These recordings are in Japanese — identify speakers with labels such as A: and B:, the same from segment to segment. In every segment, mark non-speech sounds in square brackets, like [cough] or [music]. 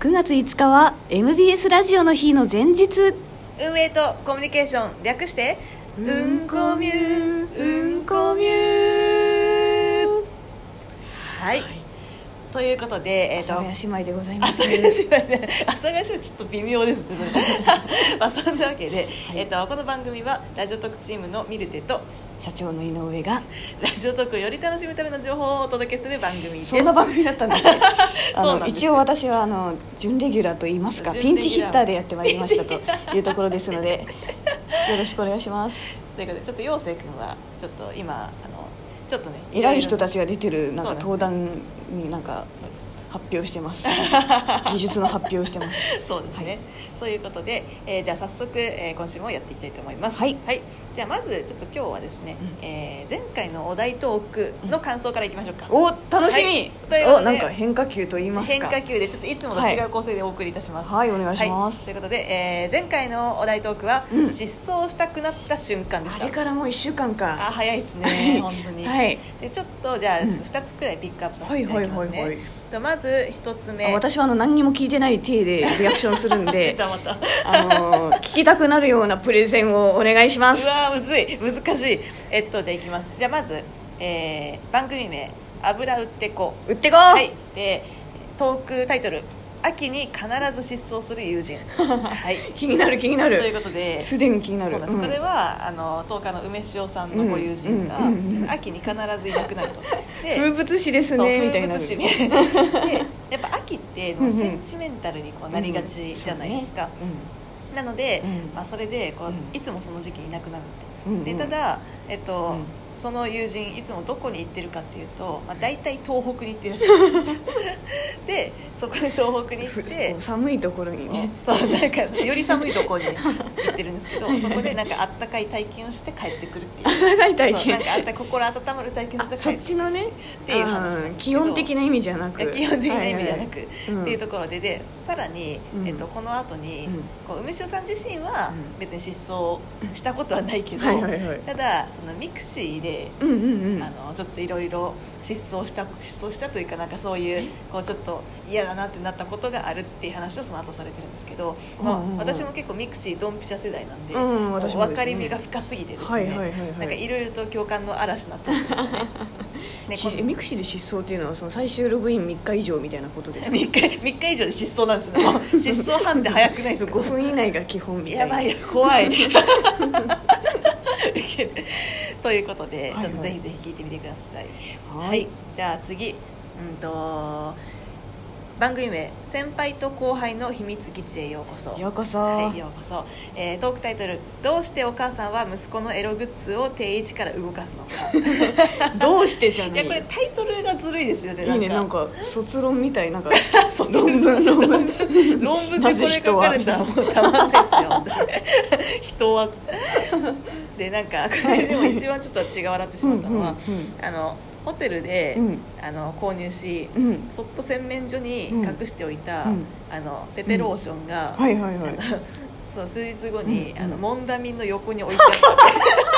A: 9月5日は MBS ラジオの日の前日
B: 運営とコミュニケーション略してうんこみゅーうんこみゅーはい、ということでえっ、
A: 阿佐ヶ
B: と
A: 谷姉妹でござい
B: 阿
A: ます
B: 佐ヶ谷姉妹ね阿佐ヶ谷姉妹ちょっと微妙ですけど [laughs] まあそんなわけで、えっとこの番組はラジオ特チームのミルテと
A: 社長の井上が
B: ラジオ特をより楽しむための情報をお届けする番組です
A: そんな番組だったんだあ
B: [laughs] そう
A: の
B: なんです
A: 一応私はあの準レギュラーと言いますか
B: 準
A: ピンチ
B: レ
A: ヒ
B: ギュラ
A: ッ
B: ー
A: ターでやってまいりましたと
B: [laughs]
A: いうところですのでよろしくお願いします
B: ということでちょっと陽生君はちょっと今あのちょっとね
A: 偉い人
B: だ
A: たちが出てるなんか
B: そ
A: 登
B: うな
A: 壇になんか
B: そうです
A: 発表して
B: [laughs]
A: ます技術の発表をしてます
B: そうですね、ということで、えーじゃあ早速、えー今週もやっていきたいと思います
A: はい
B: じゃあまずちょっと今日はですね、えー前回のお題トークの感想からいきましょうか、
A: お楽しみ、
B: はいということで
A: おなんか変化球と言います
B: 変
A: か
B: 化球でちょっといつもと違う構成でお送りいたします
A: はいはいお願いします
B: ということで、えー前回のお題トークは、
A: うん
B: 失踪したくなった瞬間でし
A: あ
B: た
A: れからもう1週間
B: あ
A: か
B: 早いですね本当に、
A: はい
B: でちょっとじゃあ
A: うん
B: 2つくらいピックアップさせていただきますね、
A: はいはいはいはい
B: とまず1つ
A: あ
B: 目
A: 私はあの何にも聞いてない体でリアクションするん
B: 出 [laughs]
A: で
B: た [laughs] また
A: あの聞きたくなるようなプレゼンをお願いします
B: うわーむずい難しいえっとじゃあいきますじゃあまず、えー番組名「油売ってこ
A: 売ってこ」う、
B: はいでトークタイトル「秋に必ず失踪する
A: [laughs]
B: 友人」はい
A: 気になる気にな
B: と
A: る
B: いうことです
A: でに気にな
B: そう
A: る
B: なんです、
A: うん
B: これはあの10日の梅塩さんのご友人が、
A: うんうんうん
B: 秋に必ずいなくなると
A: 風
B: で
A: 物詩です
B: そう
A: ねみた
B: 風
A: いにな
B: 物
A: る
B: 詩ね
A: [laughs]
B: でやっぱ秋ってもううん
A: うん
B: センチメンタルにこうなりがちじゃないですか、なので、
A: うん
B: まあ、それでこう、
A: うん
B: いつもその時期いなくなると。
A: うんうん
B: でただ、えっと
A: うん
B: その友人いつもどこに行ってるかっていうと、まあ、大体東北に行ってるらし
A: [laughs]
B: いでそこで東北に行
A: ふ
B: って
A: そう寒いところにね
B: そうなんかより寒いところに行ってるんですけどそこでなんかあったかい体験をして帰ってくるって
A: [laughs]
B: いう。
A: 長い体
B: そうなん
A: 験
B: かあった心温まる体験をし
A: あ
B: て帰
A: そ
B: っ
A: ってちのね
B: ていう話なんですけど
A: うん基本的な意味じゃなく
B: 基本的な意味じゃなく、
A: はいはいはい
B: っていうところででさらに、
A: うん
B: えっと、この後に、
A: うん
B: こう梅塩さん自身は
A: うん
B: 別に失踪したことはないけど、
A: はいはいはい
B: ただそのミクシーで
A: うんうんうん
B: あのちょっといろいろ失踪した失踪したというかなんかそういうこうちょっと嫌だなってなったことがあるっていう話をその後されてるんですけど、まあ
A: うんうんうん
B: 私も結構ミクシードンピシャ世代なんで,、
A: うんうん私もですね
B: 分かりみが深すぎてですね、
A: はいはいはいはい
B: なんかいろいろと共感の嵐なトークでした
A: [laughs]
B: ねね
A: し
B: この
A: ミクシーで失踪っていうのはその最終ログイン3日以 [laughs] 上みたいなことですか
B: 3日3日以上で失踪なんですねも
A: [laughs]
B: う失踪犯って早くないですか
A: 5分以内が基本みた
B: や
A: いな
B: ばいよ怖い [laughs] ということで、
A: はいはい
B: ちょっとぜひぜひ聞いてみてください
A: はい
B: はいじゃあ次うんと番組名「先輩と後輩の秘密基地へようこそ」
A: ようこそ、
B: はい、ようこそ、えートークタイトル「どうしてお母さんは息子のエログッズを定位置から動かすのか」
A: どうしてじゃ
B: い
A: ない
B: やこれタイトルがずるいですよね
A: いいねなんか卒論みたいなん [laughs] か
B: そう
A: 論文論文
B: 論文でこれ書かれたらもうたまんないですよ人はでなんかこれでも一番ちょっと血が笑ってしまったのは、あのホテルで、
A: うん
B: あの購入し、
A: うんうん
B: そっと洗面所に隠しておいた、
A: うん
B: あのペペローションが、
A: はいはいはい [laughs]
B: そう数日後に、
A: うん
B: あのモンダミンの横に置いてあった [laughs]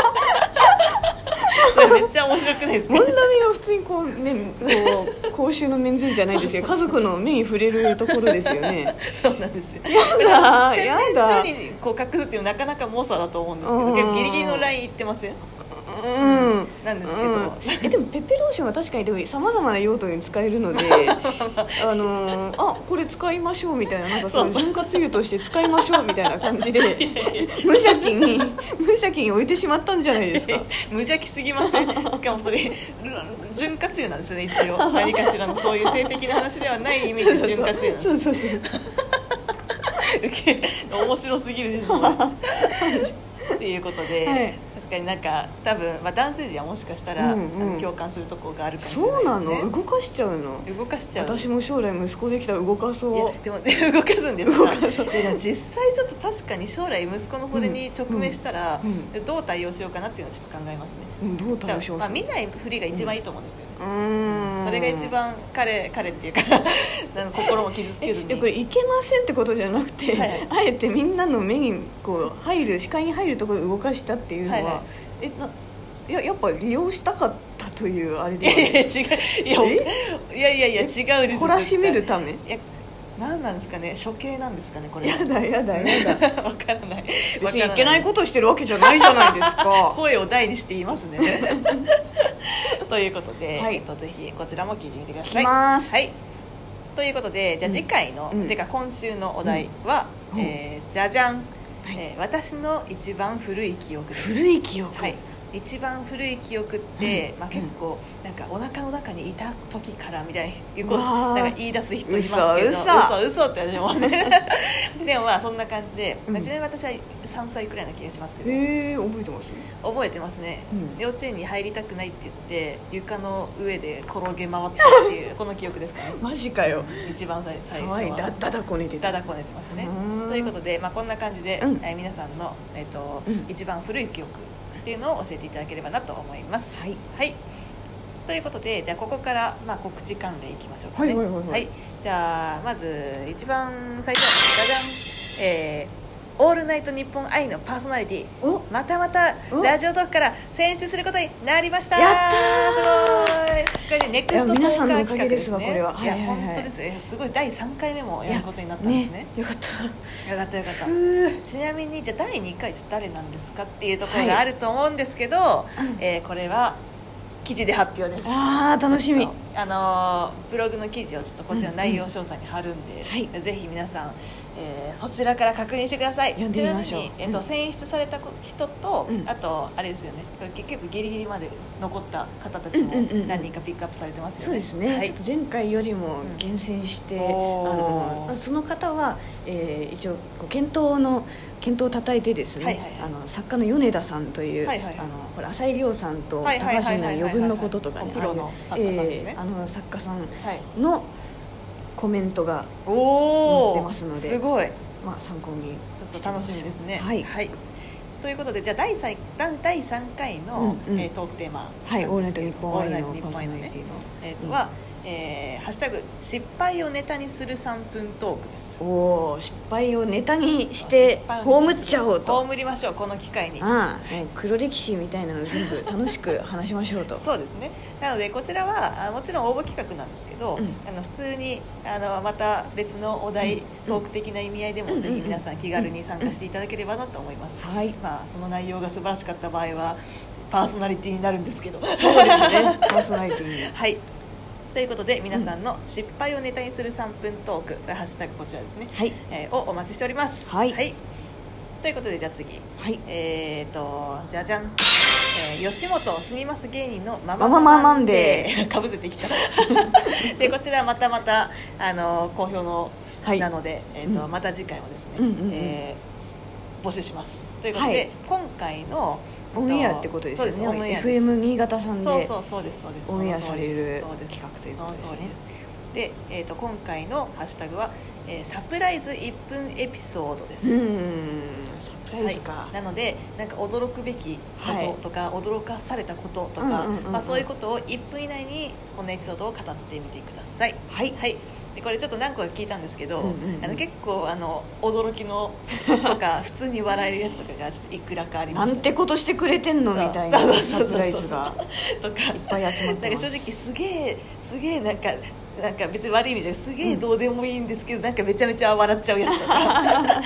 B: これめっちゃ面白くないですか
A: モンダミは普通にこうねこう公衆の面前じゃない [laughs] ですよ家族の目に触れるところですよね
B: そうなんですよ
A: [laughs] やだ
B: 洗
A: や
B: 面
A: だ
B: 所にこう隠すっていうのはなかなか猛者だと思うんですけ
A: う
B: ど
A: ん
B: 結構ギリギリのラインいってますよ
A: うん
B: なんですけど、
A: うん、えでもペペローションは確かにでもさまざまな用途に使える
B: [laughs]
A: のであのーあこれ使いましょうみたいななんかその潤滑油として使いましょうみたいな感じで無邪気に無邪気に置いてしまったんじゃないですか
B: [laughs] 無邪気すぎませんしかもそれうん潤滑油なんですよね
A: [laughs]
B: 一応何かしらのそういう性的な話ではない意味で潤滑油なんです
A: そうそうそう
B: ウケ面白すぎるでしょっていうことで、
A: はい
B: 確かになんか多分、まあ、男性陣はもしかしたら、
A: うんうん
B: あの共感するところがあるかもしれないで
A: そう
B: す、ね、
A: なの動かしちゃうの
B: 動かしちゃう
A: 私も将来息子できたら動か
B: い
A: そ
B: やでも、ね、動かすんです
A: 動かそう
B: いや実際ちょっと確かに将来息子のそれに直面したら、
A: うん
B: どう対応しようかなっていうのをちょっと考えますね
A: ううんどう対応しま
B: まあ、
A: す
B: 見ないふりが一番いいと思うんですけどね、
A: うーん
B: それが一番彼彼っていうか [laughs] あの心も傷つけず
A: え
B: に
A: これいけませんってことじゃなくて、
B: はいはい
A: あえてみんなの目にこう入る視界に入るところを動かしたっていうのは、
B: はいはい
A: えないややっぱ利用したかったと
B: [laughs]
A: いうあれ
B: い
A: では
B: やい
A: な
B: や
A: い
B: 違ういやいやいやいや違うです
A: 懲らしめる
B: 絶
A: ため
B: 対いや何なんですかね処刑なんですかねこれ
A: やだやだやだ
B: だ [laughs] わからない
A: 別にいけない
B: と
A: ことしてるわけじゃないじゃないです
B: [laughs]
A: か
B: 声を大にして言
A: [laughs]
B: いますねということで、
A: はい
B: えっと、ぜひこちらも聞いてみてくだ
A: 聞
B: さ
A: き
B: い
A: ます
B: はいということでじゃあ次回の、
A: うん
B: てか今週のお題は、
A: うん
B: えーじゃじゃん、
A: はい
B: えー私の一番古い記憶です
A: 古い記憶、
B: はい、一番古い記憶って、
A: うん
B: まあ、結構なんかお腹の中にいた時からみたいなこ
A: うわ
B: う
A: ー
B: なんか言い出す人いますけど
A: 嘘嘘
B: 嘘嘘って私もね
A: [laughs]
B: でもまあそんな感じで、
A: うん
B: まあちなみに私は3歳くらいな気がしますけど
A: えー、覚えてます
B: 覚えてますね、
A: うん
B: 幼稚園に入りたくないって言って床の上で転げ回ったっ
A: [laughs]
B: ていうこの記憶ですかね
A: マジかよ
B: 一番最最
A: 可
B: 初
A: 愛いだ
B: は。
A: だだこねて
B: だ
A: た
B: だこねてますね
A: うーん
B: ということで、まあ、こんな感じで、
A: うん
B: えー皆さんの、えーと
A: うん
B: 一番古い記憶っていうのを教えていただければなと思います。
A: はい
B: はい。ということで、じゃあここからまあ告知関連いきましょうかね。
A: はいはいはいはい
B: じゃあまず一番最初、じゃじゃん。えー、オールナイトニッポン愛のパーソナリティ。
A: お
B: またまた
A: お
B: ラジオトークから選出することになりました。
A: やっ
B: すごい。これねネク
A: いや
B: ストト
A: 皆
B: ー
A: さん
B: カ
A: の
B: ー
A: おか
B: 企画
A: げで
B: ですす
A: わ
B: ね。
A: これははいはい
B: や
A: はい
B: 本当です。えすごい第三回目もやることになったんですね
A: ね。よかった
B: よかったよかった。
A: ふう
B: ちなみにじゃあ第2回ちょっと誰なんですかっていうところがあると思うんですけど、えーこれは記事で発表です
A: あー楽しみ
B: ちょっとあのーブログの記事をちょっとこちらの内容詳細に貼るんで、
A: はい
B: ぜひ皆さん、えーそちらから確認してください
A: 読んでみましょう
B: ちなみに、えーと
A: うん
B: 選出されたこ人と、
A: うん
B: あとあれですよねこれ結局ギリギリまで残った方たちも
A: うんうんうんうん
B: 何人かピックアップされてますよね、
A: そうですね、
B: はい
A: ちょっと前回よりも厳選して、
B: うん
A: あの
B: おー
A: その方は、えー一応こう検討の検討を叩いてですね、
B: はいはいはい
A: あの作家の米田さんという、
B: はいはいはい
A: あのこれ浅井亮さんと
B: はいは
A: 高
B: いは
A: 橋
B: い
A: の
B: はいはいはい
A: 余分のこととかね
B: プロの
A: ああいう
B: 作家さんですね
A: えーあの作家さん
B: はい
A: のコメントが、
B: おお
A: 載ってますのです
B: ごい
A: まあ、参考に
B: ちょっと楽しみですね。
A: はい
B: ということでじゃあ第三第三回の、
A: うんうん
B: えートークテーマ
A: はい、
B: な
A: オー
B: ん
A: ルナ
B: で
A: イト
B: すけ
A: 日
B: ど
A: 本
B: オ
A: ア
B: ー
A: イ
B: ルナイ
A: の
B: ト
A: パ
B: ニ
A: ー
B: ッポ
A: ソ
B: ン
A: ナ
B: 愛
A: リ
B: の
A: ティ
B: ね
A: の、
B: えっ、とは、えーハッシュタグ失敗をネタにする三分トークです。
A: おー失敗をネタにして
B: 失敗を
A: 葬っちゃおうと。
B: 葬りましょうこの機会に。
A: ああもう黒歴史みたいなの全部楽しく話しましょう
B: [laughs]
A: と
B: そうですねなのでこちらはあもちろん応募企画なんですけど、
A: うん
B: あの普通にあのまた別のお題、
A: うん
B: トーク的な意味合いでも、
A: うん
B: ぜひ皆さん気軽に参加していただければなと思います、
A: はい
B: まあ、その内容が素晴らしかった場合はパーソナリティになるんですけど
A: そうですねパーソナリティに
B: [laughs] はいということで皆さんの失敗をネタにする3分トーク、ハッシュタグこちらですね、
A: はい
B: えーをお待ちしております
A: はい
B: ということでじゃあ次
A: はい
B: えー、とじゃじゃん、えー吉本住みます芸人のマ
A: マママンデ
B: ー [laughs] かぶせてきたでこちらまたまたあの好評の、
A: はい
B: なので、えーと
A: うん
B: また次回もですね、
A: うんうんうん
B: えー募集しますということで、
A: はい
B: 今回のえー
A: オンエアってことですよ
B: そ
A: ね
B: うですオンエアです
A: FM 新潟さんで
B: そうそうそうですそうです
A: オンエア
B: その通りです
A: される
B: そうです
A: 企画ということですね
B: その通りで、えー、と今回のハッシュタグは、えーサプライズ1分エピソードで
A: う
B: す、
A: んサプライズか、
B: はい、なのでなんか驚くべきこ
A: はい
B: ととか、驚かされたこととか、
A: うんうんうんうん
B: まあ、そういうことを1分以内にこのエピソードを語ってみてください
A: はい
B: はいでこれちょっと何個か聞いたんですけど、
A: うんうんうん
B: あの結構あの驚きのとか [laughs] 普通に笑えるやつとかがちょっといくらかありま
A: な
B: した
A: んてことしてくれてんのみ
B: そう
A: たいな
B: そうそうそう
A: サ
B: そう
A: プライズが
B: とか
A: いっぱい集まって
B: なん
A: ま
B: か
A: す
B: 正直すげえすげえなんかなんか別に悪い意味じゃないすげえどうでもいいんですけど、なんかめちゃめちゃ笑っちゃうやつ
A: [laughs]
B: とかなんか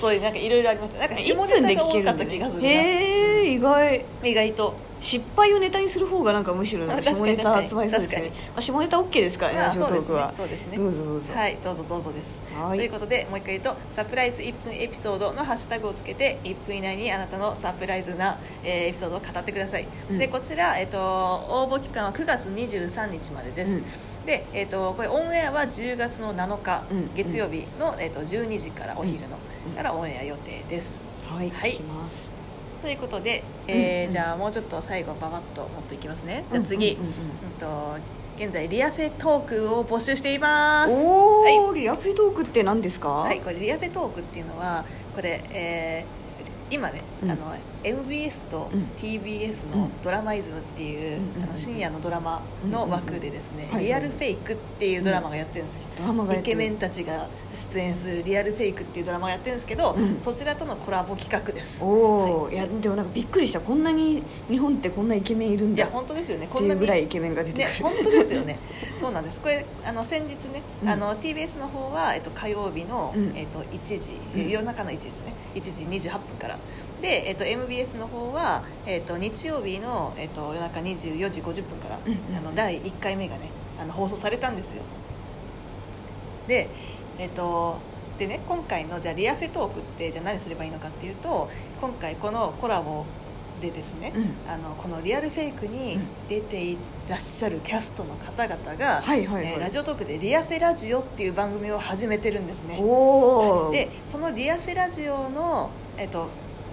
B: そういうなんかいろいろありましたなんか
A: 1
B: 下
A: 分
B: ネ
A: で
B: タが
A: 聞け
B: 多
A: る
B: か
A: ん
B: っ
A: でね
B: た気がするな
A: へえ意外
B: 意外と
A: 失敗をネタにする方がなんかむしろなんか
B: あ確
A: 下
B: かに
A: ネタ集まりそうですね
B: 確か
A: まあ下ネタ OK ですからね
B: まあ
A: ラジオトークは
B: そうですね
A: ど
B: そううで
A: ぞど
B: すね
A: うぞ
B: はいどうぞどうぞです
A: はい
B: ということでもう一回言うと「サプライズ1分エピソード」のハッシュタグをつけて1分以内にあなたのサプライズな、えーエピソードを語ってください、
A: うん
B: でこちら、えっと応募期間は9月23日までです、
A: うん
B: で、えっとこれオンエアは10月の7日、
A: うん
B: 月曜日の、えっと12時からお昼の、
A: うん
B: からオンエア予定です
A: はい
B: はい
A: 聞きます
B: ということで、えー
A: うんうん
B: じゃあもうちょっと最後ばばっと持っていきますねじゃあ次、
A: うんうんうん
B: うんと現在リアフェトークを募集しています
A: おおリアフェトークって何ですか
B: はい、これリアフェトークっていうのはこれ、えー今ね、
A: うん
B: あの MBS と
A: うん
B: TBS
A: う
B: の
A: ん
B: ドラマイズムってい
A: う
B: う、
A: んうんうん
B: あの深夜のドラマの枠でですね、
A: うんうんうん
B: リアルフェイクっていうドラマがやってるんですよ、
A: ドラマが
B: イ
A: やって
B: ケ
A: る
B: メンたちが出演する「リアルフェイク」っていうドラマをやってるんですけど、
A: うん
B: そちらとのコラボ企画です
A: おお、
B: はい
A: い、やでもなんかびっくりしたこんなに日本ってこんなイケメンいるん
B: い
A: だ
B: や
A: っ
B: 本当ですよねこ
A: て
B: ん
A: い
B: な
A: う
B: に
A: ぐらいイケメンが出て
B: ね
A: く、る、
B: 本当で
A: [laughs]
B: すよね。そうなんです。これあの先日ね、
A: うん
B: あの TBS の方はえっと火曜日の、
A: うん
B: えっと1時、
A: うん
B: 夜中の1時ですね。1時28分から。で、えっと MBS の方はえっと日曜日のえっと夜中24時50分から、
A: うんうん
B: あの第1回目がね、あの放送されたんですよ。で、えっと。でね、今回のじゃあリアフェトークってじゃあ何すればいいのかっていうと今回このコラボでですね、
A: うん
B: あのこのリアルフェイクに出ていらっしゃるキャストの方々が、
A: はいはいはい
B: えーラジオトークで「リアフェラジオ」っていう番組を始めてるんですね
A: おお
B: でその「リアフェラジオの」えっと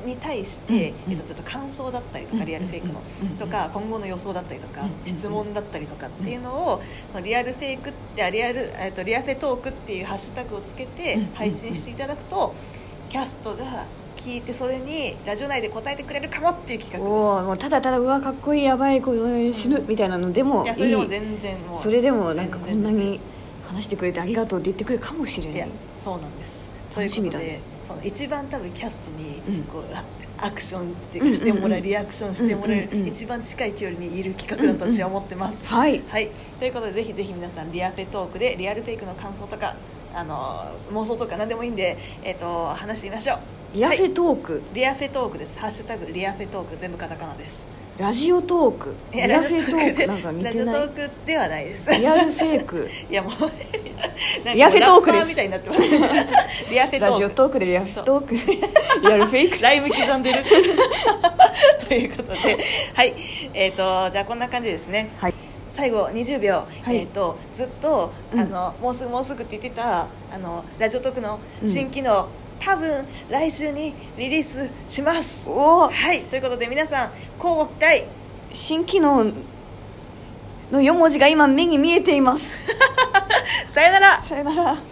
B: に対して、
A: うん
B: えっと、ちょっと感想だったりとか、リアルフェイクの、
A: うんうんうん
B: とか今後の予想だったりとか、
A: うんうんうん
B: 質問だったりとかっていうのを、そのリアルフェイクってあリアル、えっと、リアフェトークっていうハッシュタグをつけて
A: うんうんうん
B: 配信していただくと、キャストが聞いてそれにラジオ内で答えてくれるかもっていう企画です
A: おーもうただただうわかっこいいやばいこれ死ぬみたいなのでも
B: い
A: い
B: や
A: い
B: それでも全然もう
A: それでもなんかこんな
B: 全然
A: に話してくれてありがとうって言ってくれるかもしれ
B: ですよい
A: な
B: や
A: い
B: そうなんですという
A: 楽
B: こ
A: し
B: と
A: みだね
B: でその一番多分キャストに
A: うん
B: こう、あアクションっていうかしても
A: うんうんう
B: らえる、
A: ん
B: リアクションしてもらえる、
A: うんうんうん
B: 一番近い距離にいる企画だと私は思ってます、
A: はい
B: はいということでぜひぜひ皆さんリアペトークでリアルフェイクの感想とかあの妄想とか何でもいいんで、えっと話してみましょう
A: リアフ
B: はい
A: ェトーク、
B: リアフェトークですハッシュタグリアフェトーク全部カタカナです
A: ラジオトーク
B: い
A: リ
B: や
A: アフェトー
B: で
A: クなんか似てな
B: ラ
A: い
B: ジオトークではないです
A: リアルフ
B: [laughs]
A: ェイク
B: いやもう
A: リアフェトークです
B: なんかもうラッパみたいになってますリアフェトーク
A: ラジオトークでリアフェトークリアルフェイ
B: [laughs]
A: ク
B: ライム刻んでるということではいえっ、とじゃあこんな感じですね
A: はい
B: 最後20秒、
A: はい
B: えっ、とずっと
A: うん
B: あの、もうすぐもうすぐって言ってたあのラジオトークの
A: うん
B: 新機能、多分来週にリリースします
A: おお
B: はいということで皆さん乞うご期待
A: 新機能の4文字が今目に見えています
B: さよなら
A: さよなら